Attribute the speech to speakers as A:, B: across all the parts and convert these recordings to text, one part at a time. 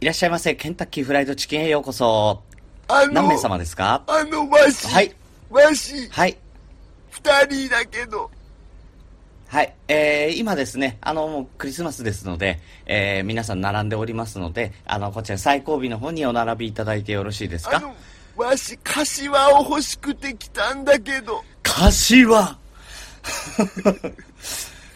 A: いらっしゃいませ、ケンタッキーフライドチキンへようこそ。
B: あの、
A: 何名様ですか
B: あの、わし、
A: はい、
B: わし、
A: はい、
B: 二人だけど、
A: はい。えー、今ですね、あの、もうクリスマスですので、えー、皆さん並んでおりますので、あの、こちら最後尾の方にお並びいただいてよろしいです
B: あ
A: か
B: の、わし、柏を欲しくて来たんだけど、
A: 柏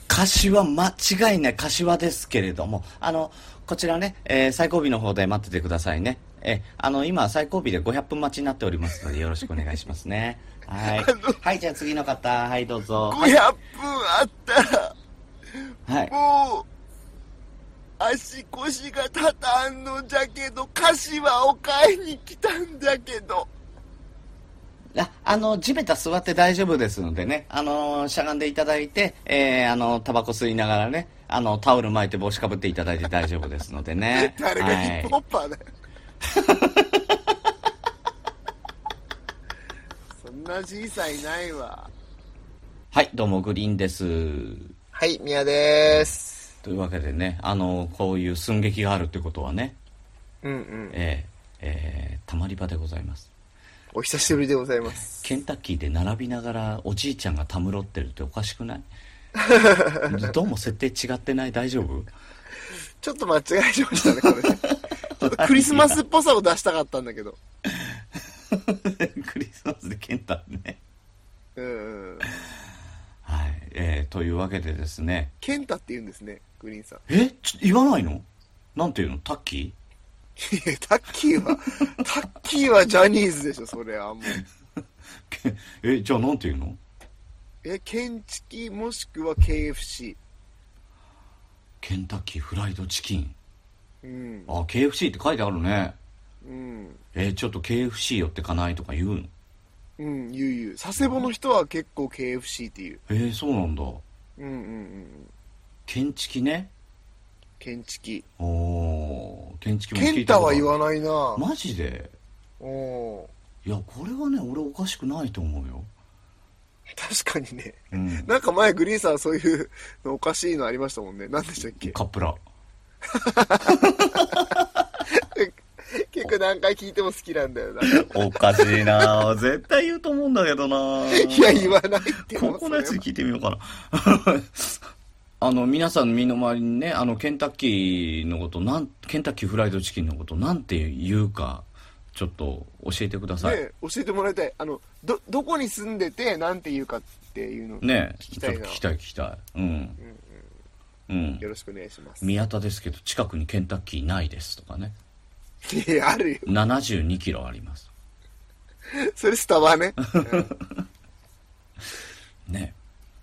A: 柏、間違いない柏ですけれども、あの、こちらね、えー最後尾の方で待っててくださいね。えーあの、今、最後尾で500分待ちになっておりますので、よろしくお願いしますね。はい。はい、じゃあ次の方、はい、どうぞ。
B: 500分あったら、
A: はい。
B: もう、足腰が立たんのじゃけど、柏を買いに来たんだけど、。
A: ああの地べた座って大丈夫ですのでね、あのしゃがんでいただいて、えー、あのタバコ吸いながらね、あのタオル巻いて帽子かぶっていただいて大丈夫ですのでね
B: 誰がヒップホッパーだ よ。そんな小さいないわ。
A: はい、どうもグリーンです。
C: はい、宮です。
A: というわけでね、あのこういう寸劇があるということはね、
C: うんうん。
A: えーえーたまり場でございます。
C: お久しぶりでございます。
A: ケンタッキーで並びながらおじいちゃんがたむろってるっておかしくない どうも設定違ってない大丈夫
C: ちょっと間違えしましたね、こ れ。ちょっと クリスマスっぽさを出したかったんだけど。
A: クリスマスでケンタね。
C: うんうん。
A: はい、えーというわけでですね、
C: ケンタって言うんですね、グリーンさん。
A: えちょ言わないのなんていうのタッキ
C: いや、タッキーは、タッキーはジャニーズでしょ、それはもう。
A: ー けえじゃあなんていうの
C: え、ケンチキもしくは KFC。
A: ケンタッキーフライドチキン
C: うん。
A: あ KFC って書いてあるね
C: うん。
A: えーちょっと KFC 寄ってかないとか言うの
C: うん、ゆうゆう。佐世保の人は結構 KFC っていう。
A: えーそうなんだ
C: うんうんうん。
A: ケンチキね
C: ケンチキ。
A: おおケンチキも聞
C: ケン
A: いた
C: タ
A: ことあ
C: は
A: る
C: 言わないな
A: マジで
C: おー
A: いやこれはね俺おかしくないと思うよ
C: 確かにね。
A: うん
C: なんか前グリーンさんそういうのおかしいのありましたもんね。何でしたっけ
A: カップラ
C: 結構何回聞いても好きなんだよな。い
A: おかしいな 絶対言うと思うんだけどな
C: や、言わないって
A: ここのやつ聞いてみようかな。 あの、皆さんの身の回りにね、あの、ケンタッキーのこと、なん、ケンタッキーフライドチキンのこと、なんて言うか、ちょっと教えてくだ
C: そ
A: さ
C: れ
A: い。
C: はね
A: ね
C: 教えてもらいたい。あの、ど、どこに住んでて、なんて言うかっていうの。聞き
A: ち
C: た
A: ょっ
C: い
A: と
C: な
A: 聞きたい聞きたい。うん。うん
C: よ。ろしくお願いします。
A: 宮田ですけど、近くにケンタッキーないですとかね。
C: いや、あるよ。
A: 72キロあります。
C: それスタ バね。
A: ね。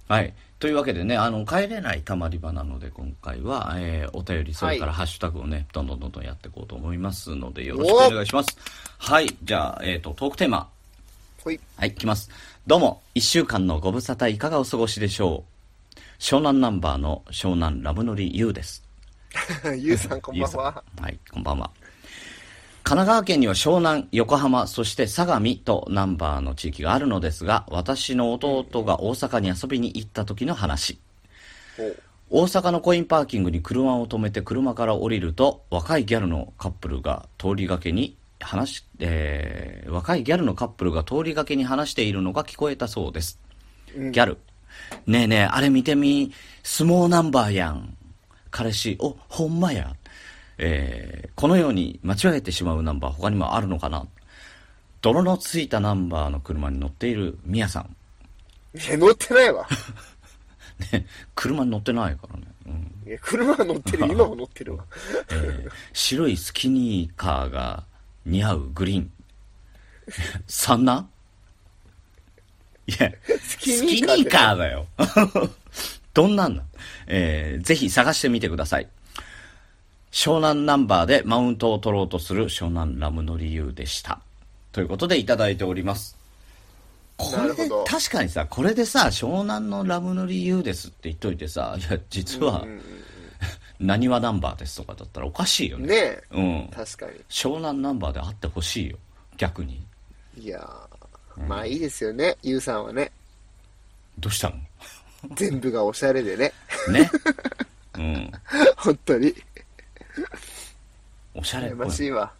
A: はい。というわけでね、あの、帰れないたまり場なので、今回は、えーお便り、それからハッシュタグをね、どんどんどんどんやっていこうと思いますので、よろしくお願いします。はい。じゃあ、えっ、と、トークテーマ。
C: ほい。
A: はい、来ます。どうも、一週間のご無沙汰いかがお過ごしでしょう湘南ナンバーの湘南ラブノリ U です。
C: ゆうさんこんばんは。
A: はい、こんばんは。神奈川県には湘南、横浜、そして相模とナンバーの地域があるのですが、私の弟が大阪に遊びに行った時の話。
C: ほう
A: 大阪のコインパーキングに車を止めて車から降りると若いギャルのカップルが通りがけに話し、えー若いギャルのカップルが通りがけに話しているのが聞こえたそうです、ギャルねえねえあれ見てみ相撲ナンバーやん彼氏おほんまや、えーこのように間違えてしまうナンバー他にもあるのかな泥のついたナンバーの車に乗っているミヤさん
C: いや、乗ってないわ。
A: ね車に乗ってないからね、うん
C: いや、車は乗って る。今も乗ってるわ。
A: えー白いスキニーカーが似合うグリーン。サンナいや、ス
C: キ
A: キ
C: ニーカー
A: ニーカーだよ。 どんなんなん、えーぜひ探してみてください。湘南ナンバーでマウントを取ろうとする湘南ラムの理由でした。ということでいただいております。こ
C: な
A: れ
C: るほ
A: で
C: ど
A: 確かにさ、これでさ、湘南のラムの理由ですって言っといてさ、いや、実は、なにわナンバーですとかだったらおかしいよね。
C: ねえ。
A: うん。
C: 確かに。
A: 湘南ナンバーであってほしいよ。逆に。
C: いやーまあいいですよね。ゆうさんはね。
A: どうしたの
C: 全部がおし ゃれでね。
A: ね。うん。
C: 本当に。
A: おしゃれっ
C: 羨
A: ぽ
C: まし
A: い
C: いわ。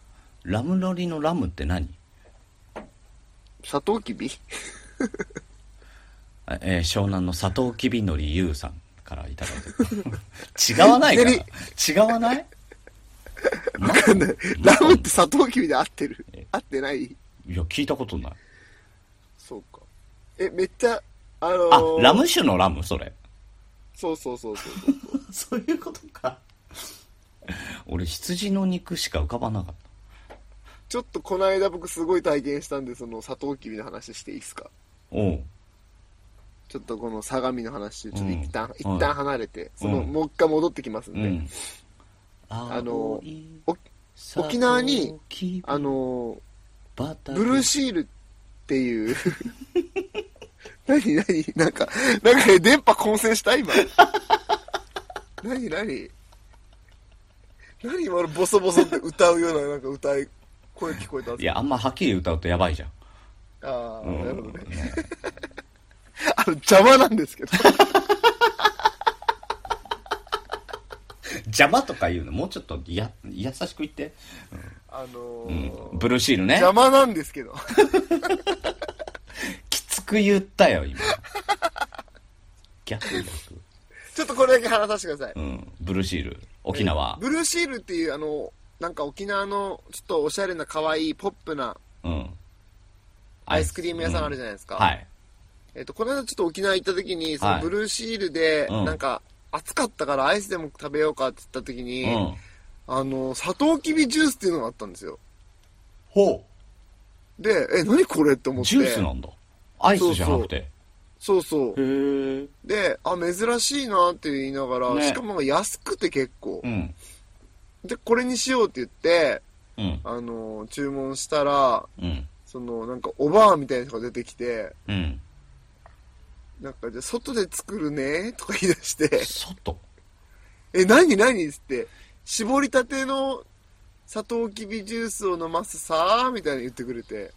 A: ラムロリのラムって何
C: サトウキビ
A: あえー湘南のサトウキビのりゆうさんからいただ いて違わないかな
C: ね
A: 違わない
C: わかんない。ラムってサトウキビで合ってる
A: え
C: 合ってない
A: いや聞いたことない
C: そうか。え、めっちゃ、あの
A: あ
C: ー、
A: ラム酒のラムそれ
C: そうそうそうそうそ
A: そ
C: う。
A: ういうことか俺羊の肉しか浮かばなかっ
C: ちょっとこの間僕すごい体験したんで、そのサトウキビの話していいですか
A: たおう
C: ちょっとこの相模の話、ちょっと一旦、
A: うん
C: 一旦離れて、その、
A: うん
C: もう一回戻ってきますん
A: う
C: で。
A: んあ
C: の沖縄にあのー、ブルーシールっていう、 何何なんか、なんか電波混戦した今。何何何今のボソボソって歌うような、なんか歌い、声聞こえたん
A: い
C: ですか
A: やあんまはっきり歌うとやばいじゃん
C: ああ、
A: うん
C: なるほどね。
A: ね
C: あの、邪魔なんですけど。
A: 邪魔とか言うのもうちょっとや優しく言って、
C: あの
A: う
C: ー
A: ん、ブルーシールね
C: 邪魔なんですけど。
A: きつく言ったよ今 逆逆
C: ちょっとこれだけ話させてください。
A: うんブルーシール沖縄
C: ブルーシールっていう、あの、なんか沖縄のちょっとおしゃれな可愛いポップな
A: うん
C: アイスクリーム屋さんあるじゃないですか。
A: うんはい
C: えっと、この間ちょっと沖縄行った時に、そ
A: は
C: の
A: い
C: ブルーシールで、
A: うん
C: なんか暑かったからアイスでも食べようかって言った時に、
A: うん
C: あの、サトウキビジュースっていうのがあったんですよ。
A: ほ
C: で、え、何これって思
A: う
C: って。
A: ジュースなんだアイスじゃなくて
C: そうそう。
A: へえ
C: で、あ、珍しいなって言いながら、
A: ね
C: しかもなんか安くて結構
A: う。ん
C: で、これにしようって言って、
A: うん
C: あの、注文したら、
A: うん
C: その、なんかおばあみたいな人が出てきて、
A: うん
C: なんかじゃあ外で作るねとか言い出して、
A: そっと
C: え、何何っつって、絞りたてのサトウキビジュースを飲ますさーみたいに言ってくれて、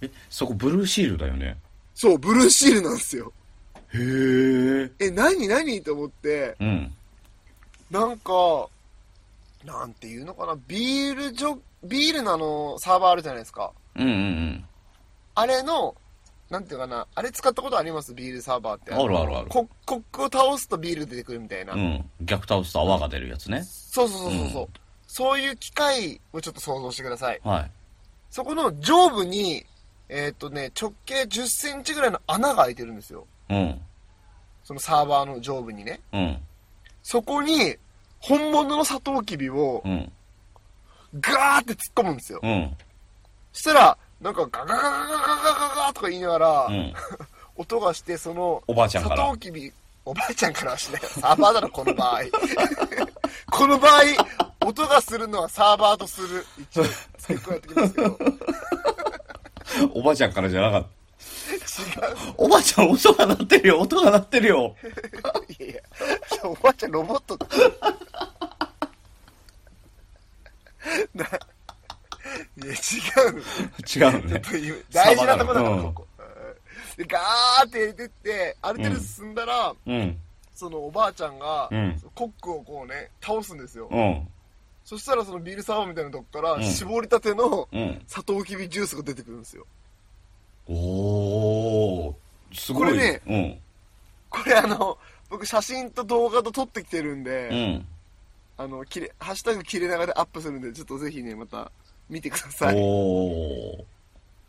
A: えそこブルーシールだよね
C: そう、ブルーシールなんですよ。
A: へえ
C: え、何何と思って、
A: うん
C: なんか、なんていうのかな、ビールジョ、ビールのあの、サーバーあるじゃないですか。
A: うんうん
C: あれの、なんていうかな、あれ使ったことありますビールサーバーって。
A: あるあるある
C: ココックを倒すとビール出てくるみたいな。
A: うんうん逆倒すと泡が出るやつね
C: そうそうそうそうそう。
A: うん
C: そういう機械をちょっと想像してください。
A: はい
C: そこの上部に、えーっとね、直径10センチぐらいの穴が開いてるんですよ。
A: うん
C: そのサーバーの上部にね。
A: うん
C: そこに、本物のサトウキビを
A: うん
C: ガーって突っ込むんですよ。
A: うん
C: そしたら、なんかガガガガガガガガガとか言いながら、
A: うん
C: 音がして、その、
A: おばあちゃんから
C: サトウキビ、おばあちゃんからはしない。サーバーだろ、この場合。この場合、音がするのはサーバーとする。一応、付け加えてきますけど。
A: おばあちゃんからじゃなかった
C: 違う。
A: おばあちゃん、音が鳴ってるよ、音が鳴ってるよ。
C: いやいや、おばあちゃんロボットだ。 な、いや、違うの。
A: 違う ね。
C: という大事なとこだか
A: う
C: ら、
A: ん
C: ここ。うんでガーって入れてって、ある程度進んだら、
A: うん、
C: そのおばあちゃんが、
A: うん
C: コックをこうね、倒すんですよ。
A: うん、
C: そしたらそのビールサーバーみたいなとこから、
A: うん
C: 絞りたての
A: うん。
C: サトウキビジュースが出てくるんですよ。
A: おー、すごい。
C: これ
A: ね、
C: これあの、僕写真と動画と撮ってきてるんで、
A: うん、うん。
C: あの、切れ、ハッシュタグ切れながらアップするんで、ちょっとぜひね、また見てください。っ
A: おー、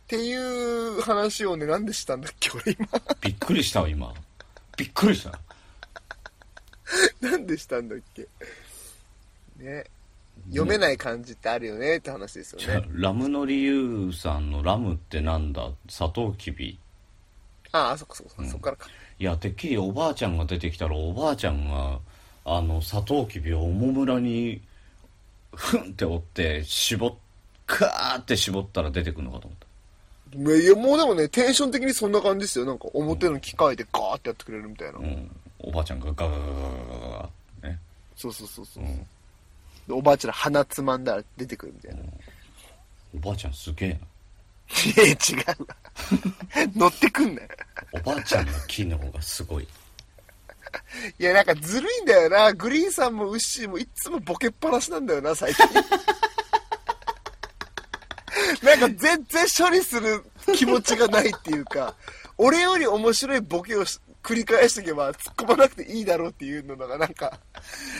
C: ていう話をね、なんでしたんだっけ、 俺
A: びっくりしたわ、今。びっくりした。
C: 今。なんでしたんだっけ。ね。読めない感じってあるよねって話です
A: じ
C: よ
A: ゃ
C: ね。
A: ラムの理由さんのラムってなんだサトウキビ。
C: ああ、そっかそっか、そっからか。
A: いや、てっきりおばあちゃんが出てきたら、おばあちゃんが、あの、サトウキビをおもむらに、ふんって折って、絞っ、カーって絞ったら出てくるのかと思った。
C: いや、もうでもね、テンション的にそんな感じですよ。なんか表の機械でガーってやってくれるみたいな。
A: うん、おばあちゃんがガガガガガガガガね
C: そうそうそうそう。
A: ん
C: でおばあちゃんの鼻つまんだら出てくるみた いな。い
A: おばあちゃんすげえな
C: や、違うわ。乗ってくんなよ。
A: おばあちゃんの木の方がすごい
C: いや、なんかずるいんだよな。グリーンさんもウッシーもいっつもボケっぱなしなんだよな、最近。なんか全然処理する気持ちがないっていうか、俺より面白いボケをし繰り返していけば突っ込まなくていいだろうっていうのがなんか、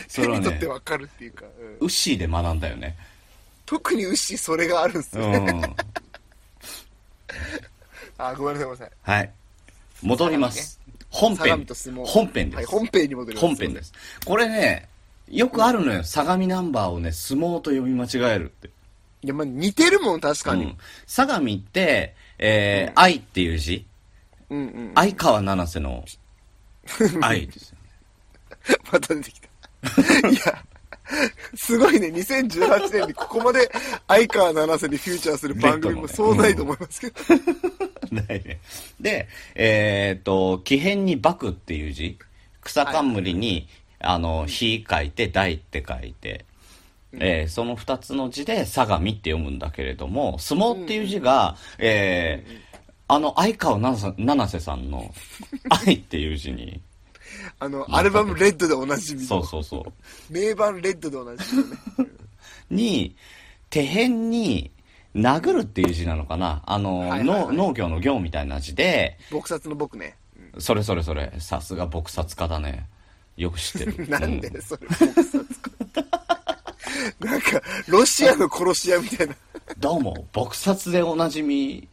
A: そ
C: 手
A: れは
C: に
A: ね
C: とってわかるっていうか、うん
A: ウッシーで学んだよね。
C: 特にウッシーそれがあるんです
A: う
C: よ。
A: ん。
C: あ、ごめんなさい、ごめんなさい。
A: はい。戻ります。本
C: 相模
A: 編
C: と相。撲。
A: 本編で
C: はい、
A: す。
C: 本編に戻ります。
A: 本編です。これね、よくあるのよ。相模ナンバーをね、相撲と読み間違えるって。
C: いや、まあ似てるもん、確か
A: う
C: に
A: ん。相模って、えー愛っていう字。
C: うん、うん、うん。
A: 相川七瀬 の愛ですよ。
C: また出てきた。いや、すごいね、2018年にここまで相川七瀬にフューチャーする番組もそうないと思いますけど。
A: ないね。で、えっと、木片に爆っていう字。草冠に、あの、火書いて、大って書いて。えーその二つの字で相模って読むんだけれども相撲っていう字が、えーあの相川七瀬七瀬さんの「愛」っていう字に
C: あの、アルバムレッドでおなじみの。
A: そうそうそう
C: 名盤レッドでおなじみのね。
A: に、手辺に、殴るっていう字なのかなあの、
C: はいはいはい
A: の農業の行みたいな字で、
C: 撲殺の僕ね。
A: それそれそれ、さすが撲殺家だね。よく知ってる。
C: なん
A: う
C: でそれ、撲殺か。なんか、ロシアの殺し屋みたいな。
A: どうも、撲殺でおなじみ、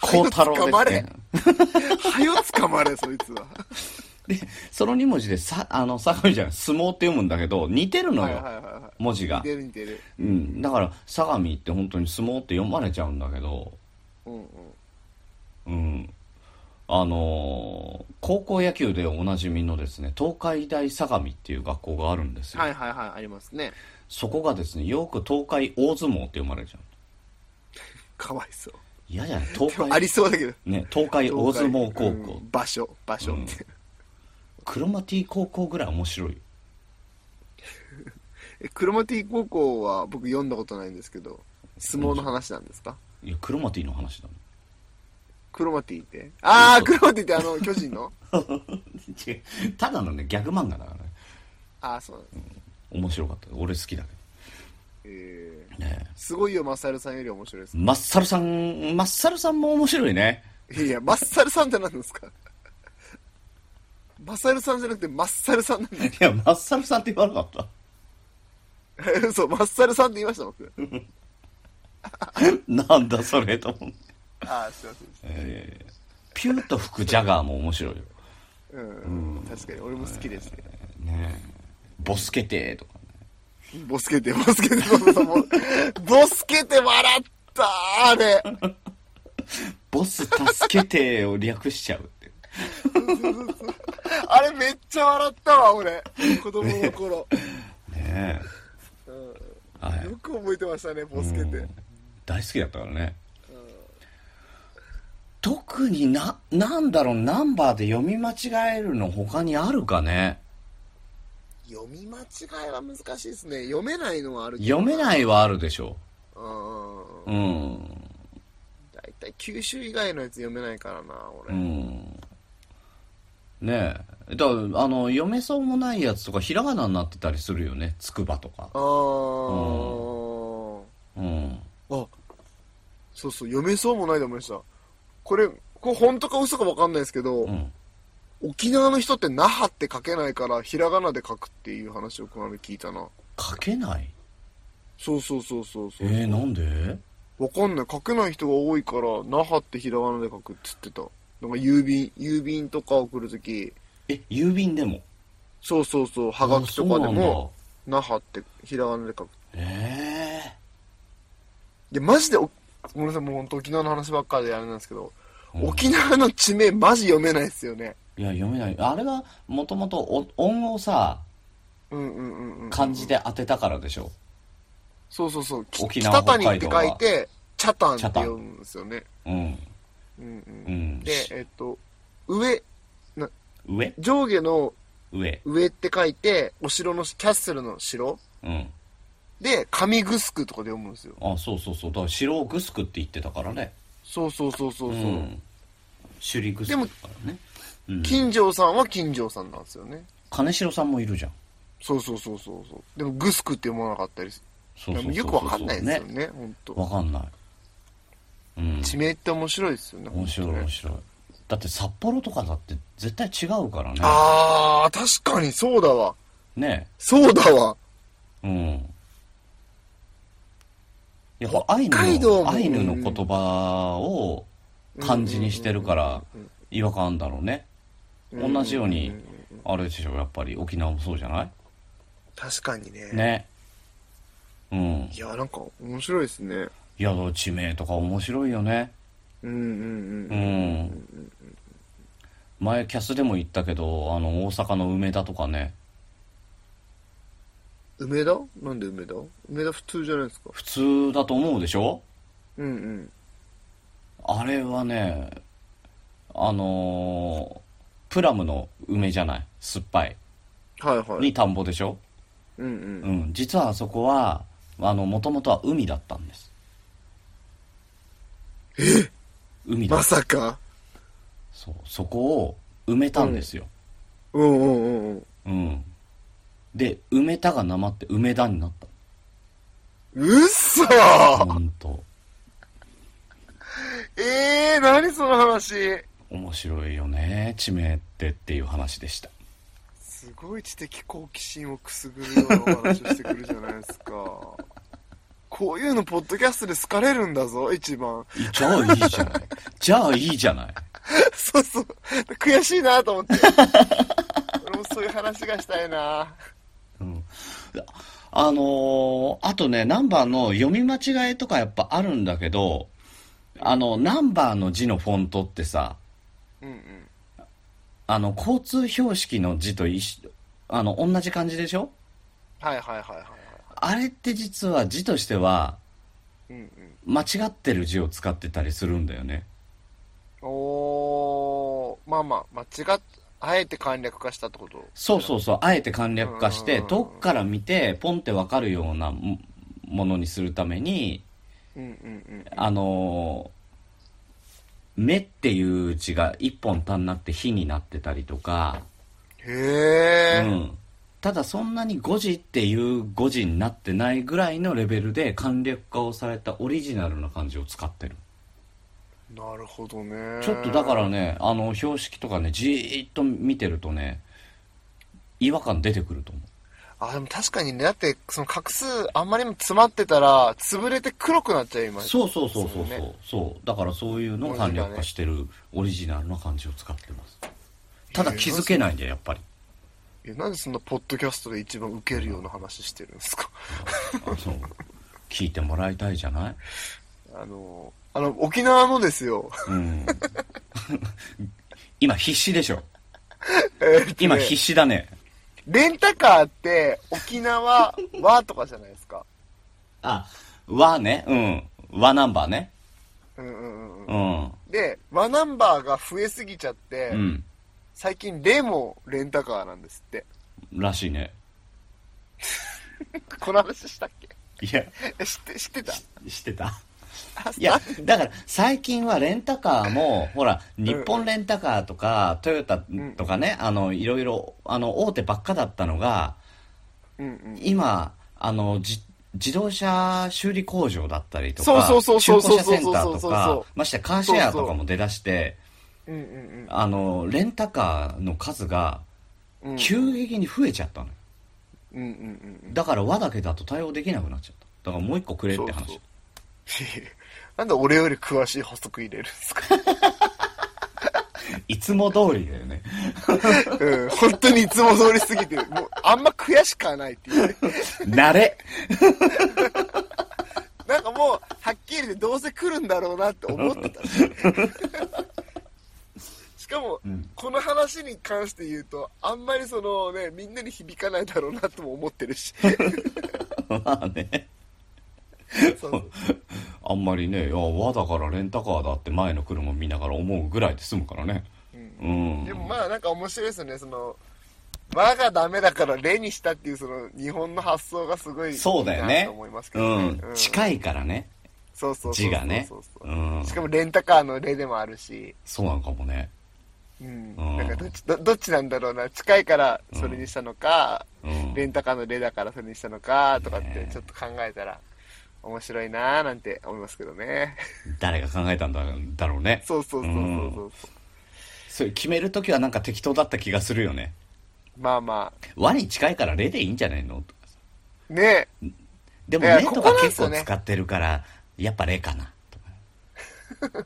A: 孝太郎
C: 捕ま
A: で
C: れ
A: すね。
C: はよ捕まれ、そいつは。
A: で、その2文字で、さ、あの、相模じゃない、相撲って読むんだけど、似てるの
C: はい
A: よ、
C: はいはいは
A: 文字
C: い。似
A: が。
C: てる似てる。
A: うん。だから、相模って本当に相撲って読まれちゃうんだけど、
C: うんうん。
A: うん、あのー高校野球でおなじみのですね東海大相模っていう学校があるんですよ、
C: はいはいはい、ありますね。
A: そこがですねよく東海大相撲って読まれちゃう
C: かわいそう。
A: いやいや東
C: でもあ
A: 海
C: りそうだけど。
A: ね、東海大相撲高校、
C: うん場所場所、
A: うんクロマティ高校ぐらい面白いよ
C: えクロマティ高校は僕読んだことないんですけど相撲の話なんですか
A: いやクロマティの話だもん
C: クロマティってああ
A: そう
C: クロマティってあの巨人の
A: 違うただのねギャグ漫画だからね
C: ああそうなんです、
A: 面白かった俺好きだ
C: えー
A: けどね
C: すごいよマッサルさんより面白いです
A: マッサルさんマッサルさんも面白いね
C: いやマッサルさんって何ですかマッサルさんじゃなくてマッサルさんなんだ
A: いやマッサルさんって言わなかった
C: そうマッサルさんって言いました僕
A: なんだそれと思う
C: ああすいません
A: えーピューと吹くジャガーも面白いよ。
C: うん、確かに俺も好きですね
A: ねえボスケテーとかね。
C: ボスケテボスケテそうそうそうもうボスケテ笑ったあれ
A: ボス助けてーを略しちゃうっていう。
C: あれめっちゃ笑ったわ、俺。子供の頃。
A: ねえ。は
C: よ
A: い。
C: く覚えてましたね、ボスケ
A: う
C: て
A: ん。大好きだったからね。特にな、なんだろう、ナンバーで読み間違えるの他にあるかね。
C: 読み間違いは難しいですね。読めないのはあるけど。
A: 読めないはあるでしょ
C: うん。
A: う。うん。
C: だいたい九州以外のやつ読めないからな、
A: う
C: 俺。
A: ん。ねえ。だからあの、読めそうもないやつとか、ひらがなになってたりするよね。つくばとか。
C: あー。
A: うん。
C: あ、そうそう、読めそうもないと思いました。これ、これ本当か嘘かわかんないですけど、
A: うん。
C: 沖縄の人って那覇って書けないから、ひらがなで書くっていう話をこの間聞いたな。
A: 書けない
C: そうそうそうそうそう。
A: えー、なんで
C: わかんない。書けない人が多いから、那覇ってひらがなで書くっつってた。なんか郵便、郵便とか送るとき、
A: え、郵便でも。
C: そうそうそう、はがきとか
A: あそう
C: で
A: なんだ
C: も、那覇ってひらがなで書く。
A: え
C: で、マジでお、ごめんなさい、もう本当沖縄の話ばっかりであれなんですけど、
A: うん
C: 沖縄の地名マジ読めないですよね。
A: えいや、読めない。あれは、もともとお音をさ、
C: うんうんうんうん。
A: 漢字で当てたからでしょ。
C: そうそうそう。き
A: 沖縄
C: 北谷って
A: 北
C: 書
A: 海道
C: い
A: は
C: て、チャタンって
A: 北谷
C: 読むんですよね。
A: うん。
C: うんうん。
A: うん。
C: で、
A: し
C: えっと、上、
A: 上
C: 上下の
A: 上。
C: 上って書いて、お城の、キャッスルの城
A: うん。
C: で、上グスクとかで読むんですよ。
A: あ、そうそうそう。だから、白をグスクって言ってたからね。
C: そうそうそうそううそう、
A: ん。シュリグスクだからね。うん
C: 金城さんは金城さんなんですよね。
A: 金城さんもいるじゃん。
C: そうそうそうそうそう。でも、グスクって読まなかったりす
A: そうそうそうそう
C: よくわかんないですよ。ね、ほんと。
A: わかんない。うん。
C: 地名って面白いですよね、
A: 面白い
C: ほんとね
A: 面白い。だって札幌とかだって絶対違うからね。
C: あー、確かにそうだわ。
A: ね
C: そうだわ。
A: うん。いや、
C: 北
A: アイヌ
C: 海道
A: の、
C: も
A: アイヌの言葉を漢字にしてるから違和感あんだろうね。
C: うん
A: 同じように、あれでしょ、やっぱり沖縄もそうじゃない
C: 確かにね。
A: ね。うん。
C: いや、なんか面白いですね。
A: いや、地名とか面白いよね。
C: うんうん
A: う
C: うん。
A: ん。前、キャスでも言ったけど、あの、大阪の梅田とかね、
C: 梅田なんで梅田梅田普通じゃないですか。
A: 普通だと思うでしょ
C: うんうん。
A: あれはね、あのープラムの梅じゃない酸っぱい。
C: はいはい。
A: に田んぼでしょ、
C: うんう。
A: うんん、実はあそこは、あの、もともとは海だったんです。え海だ
C: まさか。
A: そう。そこを埋めたんですよ。
C: うんうんうんうん。
A: うん。で、埋めたがなまって梅田になっ
C: うっそ
A: た。
C: ー
A: ほんと。
C: えー、何その話
A: 面白いよね、地名ってっていう話で した。
C: すごい知的好奇心をくすぐるようなお話をしてくるじゃないです か。こういうの、ポッドキャストで好かれるんだぞ、一番。
A: じゃあいいじゃない。じゃあいいじゃない。
C: そうそう。悔しいなと思 って。俺もそういう話がしたいな。
A: うんあのーあとね、ナンバーの読み間違えとかやっぱあるんだけど、あの、ナンバーの字のフォントってさ、
C: うんうん。
A: あの、交通標識の字と一緒、あの、同じ感じでしょ
C: はいはいはいはいはい。
A: あれって実は字としては、
C: うん
A: 間違ってる字を使ってたりするんだよね。
C: うん。おー、まあまあ、間違っ、あえて簡略化したってこと
A: そうそうそう、あえて簡略化して、
C: うん
A: 遠くから見て、ポンってわかるようなもものにするために、
C: うんうんうん。
A: あのー目っていう字が一本単なって火になってたりとか、う
C: へー。
A: ん。ただそんなに5字っていう5字になってないぐらいのレベルで簡略化をされたオリジナルな漢字を使ってる。
C: なるほどね。
A: ちょっとだからね、あの、標識とかね、じーっと見てるとね、違和感出てくると思う。
C: あ、でも確かにね、だって、その画数あんまりにも詰まってたら、潰れて黒くなっちゃう、今。
A: そうそうそうそうそう
C: そ
A: う
C: ね
A: そうだからそういうのを簡略化してるオリジナルな漢字を使ってますただ気づけないんだよやっ ぱり
C: えなんでそんなポッドキャストで一番ウケるような話してるんですか
A: あそう聞いてもらいたいじゃない
C: あの、あの、沖縄のですよ。
A: うん今必死でしょ
C: えーっとね
A: 今必死だね
C: レンタカーって、沖縄はとかじゃないですか。
A: あ和ねうん和ナンバーね
C: うんうんうんう。
A: うんん
C: で、和ナンバーが増えすぎちゃって、
A: うん
C: 最近レもレンタカーなんですって。
A: らしいね
C: この話したっけ
A: いや
C: え、知って、知ってた
A: してた
C: あ
A: いや、だから最近はレンタカーも、ほら、日本レンタカーとか、トヨタとかね、あの、いろいろ、あの、大手ばっかだったのが、
C: うんうん。
A: 今、あの、じ自動車修理工場だったりと
C: そう
A: か、
C: そうそうそう
A: 中
C: そう
A: 古車センターと
C: そうそうそ
A: か
C: う、
A: ましてやカーシェアとかも出だして、
C: うんうん
A: あの、レンタカーの数が
C: うん。
A: 急激に増えちゃったのよ。
C: うんうんうんうん。
A: だから和だけだと対応できなくなっちゃった。だからもう一個くれって話。
C: そうそうなんで俺より詳しい補足入れるんですか
A: いつも通りだよね。
C: うん、本当にいつも通り過ぎてる。もう、あんま悔しくはないっていう ね。
A: 慣れ
C: なんかもう、はっきり言ってどうせ来るんだろうなって思ってた。 しかも、
A: ん
C: この話に関して言うと、あんまりそのね、みんなに響かないだろうなとも思って るし。
A: まあね。
C: そうそう
A: あんまりね、いや、和だからレンタカーだって前の車見ながら思うぐらいで済むからね。うん。
C: でもまあなんか面白いですよね、その、和がダメだからレにしたっていうその日本の発想がすごいいい
A: そうだよ
C: な
A: ね
C: と思います。け
A: う
C: どね、
A: ん。近いからね、
C: そうそうそうそうそう
A: 字がね。
C: そうそう
A: うん
C: し。かもレンタカーのレでもあるし、
A: そうなんかもね。
C: うん
A: うん
C: なんかどっちどどっちなんだろうな近いからそれにしたのか、
A: うん
C: レンタカーのレだからそれにしたのかとかっ
A: ね
C: て
A: え
C: ちょっと考えたら面白いなーなんて思いますけどね
A: 誰が考えたんだだろうね
C: そうそうそうそうそうそう
A: それ決めるときはなんか適当だった気がするよね
C: まあま
A: 和に近いからレでいいんじゃないのとかさ
C: あね
A: でも
C: いや
A: レと
C: ここ
A: か
C: なんで
A: 結
C: すよ
A: 構
C: ね
A: 使ってるからやっぱレかな とか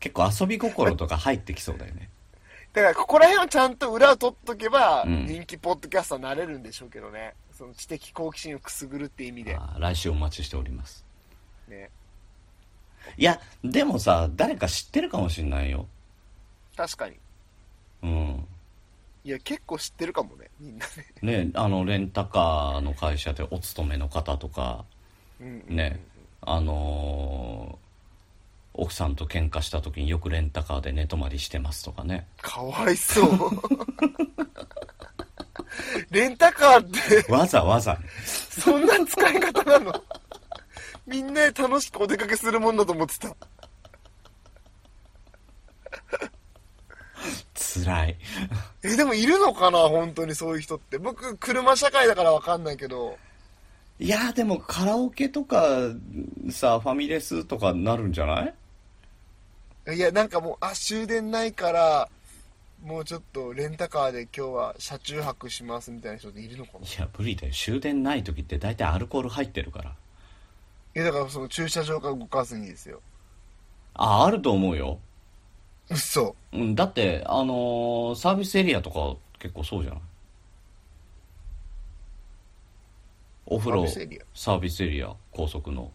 A: 結構遊び心とか入ってきそうだよ ね
C: だからここら辺をちゃんと裏を取っとけば
A: うん
C: 人気ポッドキャスターになれるんでしょうけどね、その知的好奇心をくすぐるって意味で、
A: あー来週お待ちしております
C: ね、
A: いやでもさ誰か知ってるかもしんないよ
C: 確かに
A: うん
C: いや結構知ってるかもねみんなね
A: ねあのレンタカーの会社でお勤めの方とか
C: うんうん
A: ねあのー奥さんと喧嘩した時によくレンタカーで寝泊まりしてますとかね
C: かわいそう レンタカーって
A: わざわざね
C: そんな使い方なのみんなで楽しくお出かけするもんだと思ってた
A: つらい
C: えでもいるのかな本当にそういう人って僕車社会だからわかんないけど
A: いやーでもカラオケとかさファミレスとかなるんじゃない
C: いやなんかもうあ終電ないからもうちょっとレンタカーで今日は車中泊しますみたいな人っているのかない
A: や無理だよ終電ない時って大体アルコール入ってるから
C: えだからその駐車場から動かずにですよ
A: ああると思うよ、
C: 嘘
A: うん、だってあのーサービスエリアとか結構そうじゃないお風呂
C: サービスエリア
A: サービスエリア高速の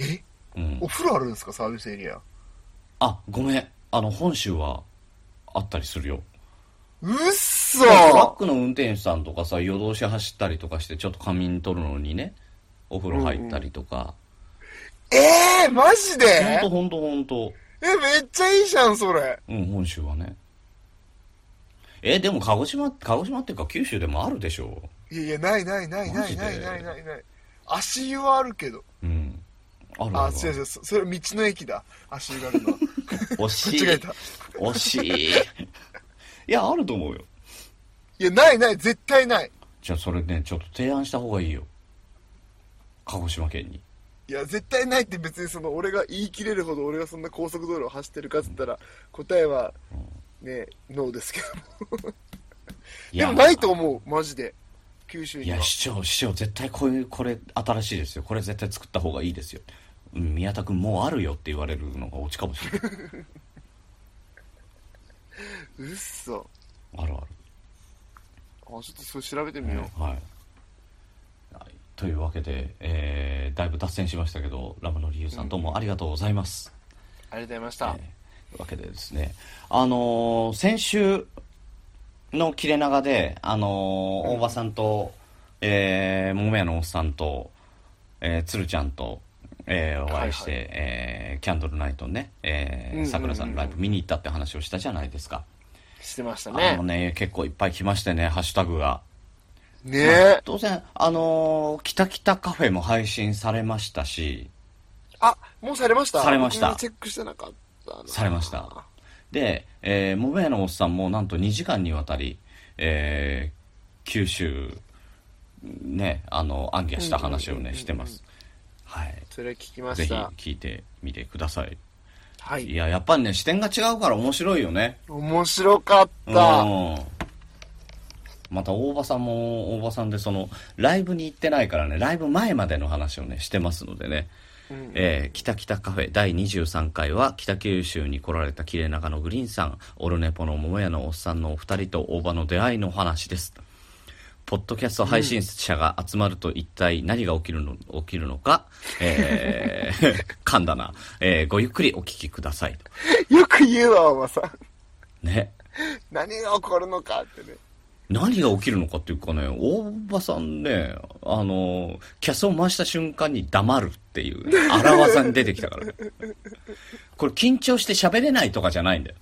C: え
A: うん
C: お風呂あるんですかサービスエリア
A: あごめんあの本州はあったりするよ
C: 嘘
A: トラックの運転手さんとかさ夜通し走ったりとかしてちょっと仮眠取るのにねお風呂入ったりとか、
C: えー、マジで
A: ほんとほんとほんと
C: えめっちゃいいじゃんそれ
A: うん本州はねえでも鹿児島鹿児島っていうか九州でもあるでしょ
C: いやいやないないない
A: マ
C: な
A: ジ
C: い
A: で
C: ないないないない足湯はあるけど
A: うんある
C: あ
A: あ
C: 違う違
A: る
C: うそそれ道の駅だ足湯があるの は
A: 惜しい
C: 間違えた
A: 惜しいいやあると思うよ
C: いやないない絶対ない
A: じゃあそれねちょっと提案した方がいいよ鹿児島県に
C: いや絶対ないって別にその俺が言い切れるほど俺がそんな高速道路を走ってるかっつったら答えはねノーですけど
A: い
C: でもないと思うマジで九州
A: い
C: には
A: や市長市長絶対こういうこれ新しいですよこれ絶対作った方がいいですようん宮田君もうあるよって言われるのがオチかもしれない
C: うっそ
A: あるあ
C: あちょっとそれ調べてみ
A: る、
C: よ
A: はいはいというわけで、えーだいぶ脱線しましたけどラムの理由さんどうもありがとうございます、
C: うありがとうございまし
A: え
C: た
A: ーわけでですねあのー先週の切れ長であのー大場さんと、えー、桃屋のおっさんと、えー、鶴ちゃんと、えーお会いして、
C: は
A: えーキャンドルナイトね、え
C: うんうんう
A: ー、
C: んうん
A: さくらさんのライブ見に行ったって話をしたじゃないですか、
C: してました
A: あの
C: ね
A: ね結構いっぱい来ましてねハッシュタグが
C: ねえ
A: 当然あのー「きたきたカフェ」も配信されましたし
C: あもうされました
A: されました
C: 僕チェックしてなかったな
A: されましたで、えー、桃屋のおっさんもなんと2時間にわたり、えー九州ねあの暗記した話を
C: うんうんうん
A: ね
C: うん
A: してますはい
C: それ聞きま
A: ぜ
C: し
A: ひ
C: た
A: 聞いてみてください
C: はいい
A: ややっぱりね視点が違うから面白いよね
C: 面白かった
A: うんまた大場さんも大場さんでそのライブに行ってないからねライブ前までの話をねしてますのでね
C: うん
A: えー、北北カフェ第23回は北九州に来られた綺麗長のグリーンさんオルネポの桃屋のおっさんのお二人と大場の出会いのお話ですポッドキャスト配信者が集まると一体何が起きるの起きるのか、え ー、噛んだな、えーごゆっくりお聞きください
C: よく言うわおばさん
A: ね
C: 何が起こるのかってね
A: 何が起きるのかっていうかね大場さんねあのキャスを回した瞬間に黙るっていうね荒技に出てきたからねこれ緊張して喋れないとかじゃないんだよ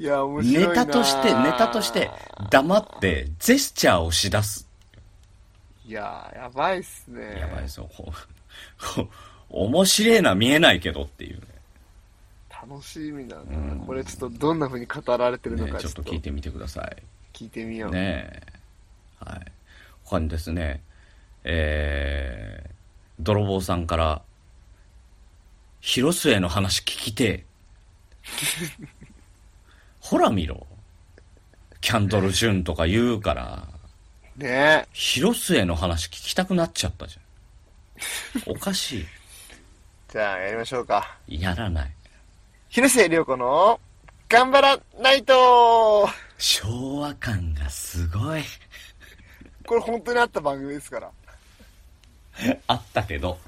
C: いや面白い
A: ネ
C: な
A: タとしてネタとして黙ってジェスチャーをしだす
C: いやーやばいっすね
A: やばいですよこうこう面白えな見えないけどっていうね
C: 楽しみだな、これちょっとどんな風に語られてるの
A: ね
C: か
A: ち
C: ち
A: ょ
C: ょ
A: っ
C: っ
A: と
C: と
A: 聞いてみてください。
C: 聞いてみよう、
A: ねえ。はい。他にですね、えー、泥棒さんから、広末の話聞きてえ。 ほら見ろ。キャンドル・ジュンとか言うから、
C: ね
A: 広末の話聞きたくなっちゃったじゃん。おかし
C: じゃあやりましょうか
A: い。やらない。
C: 広末涼子の「頑張らないと!
A: 昭和感がすごい。」
C: これ本当にあった番組ですから
A: あったけど。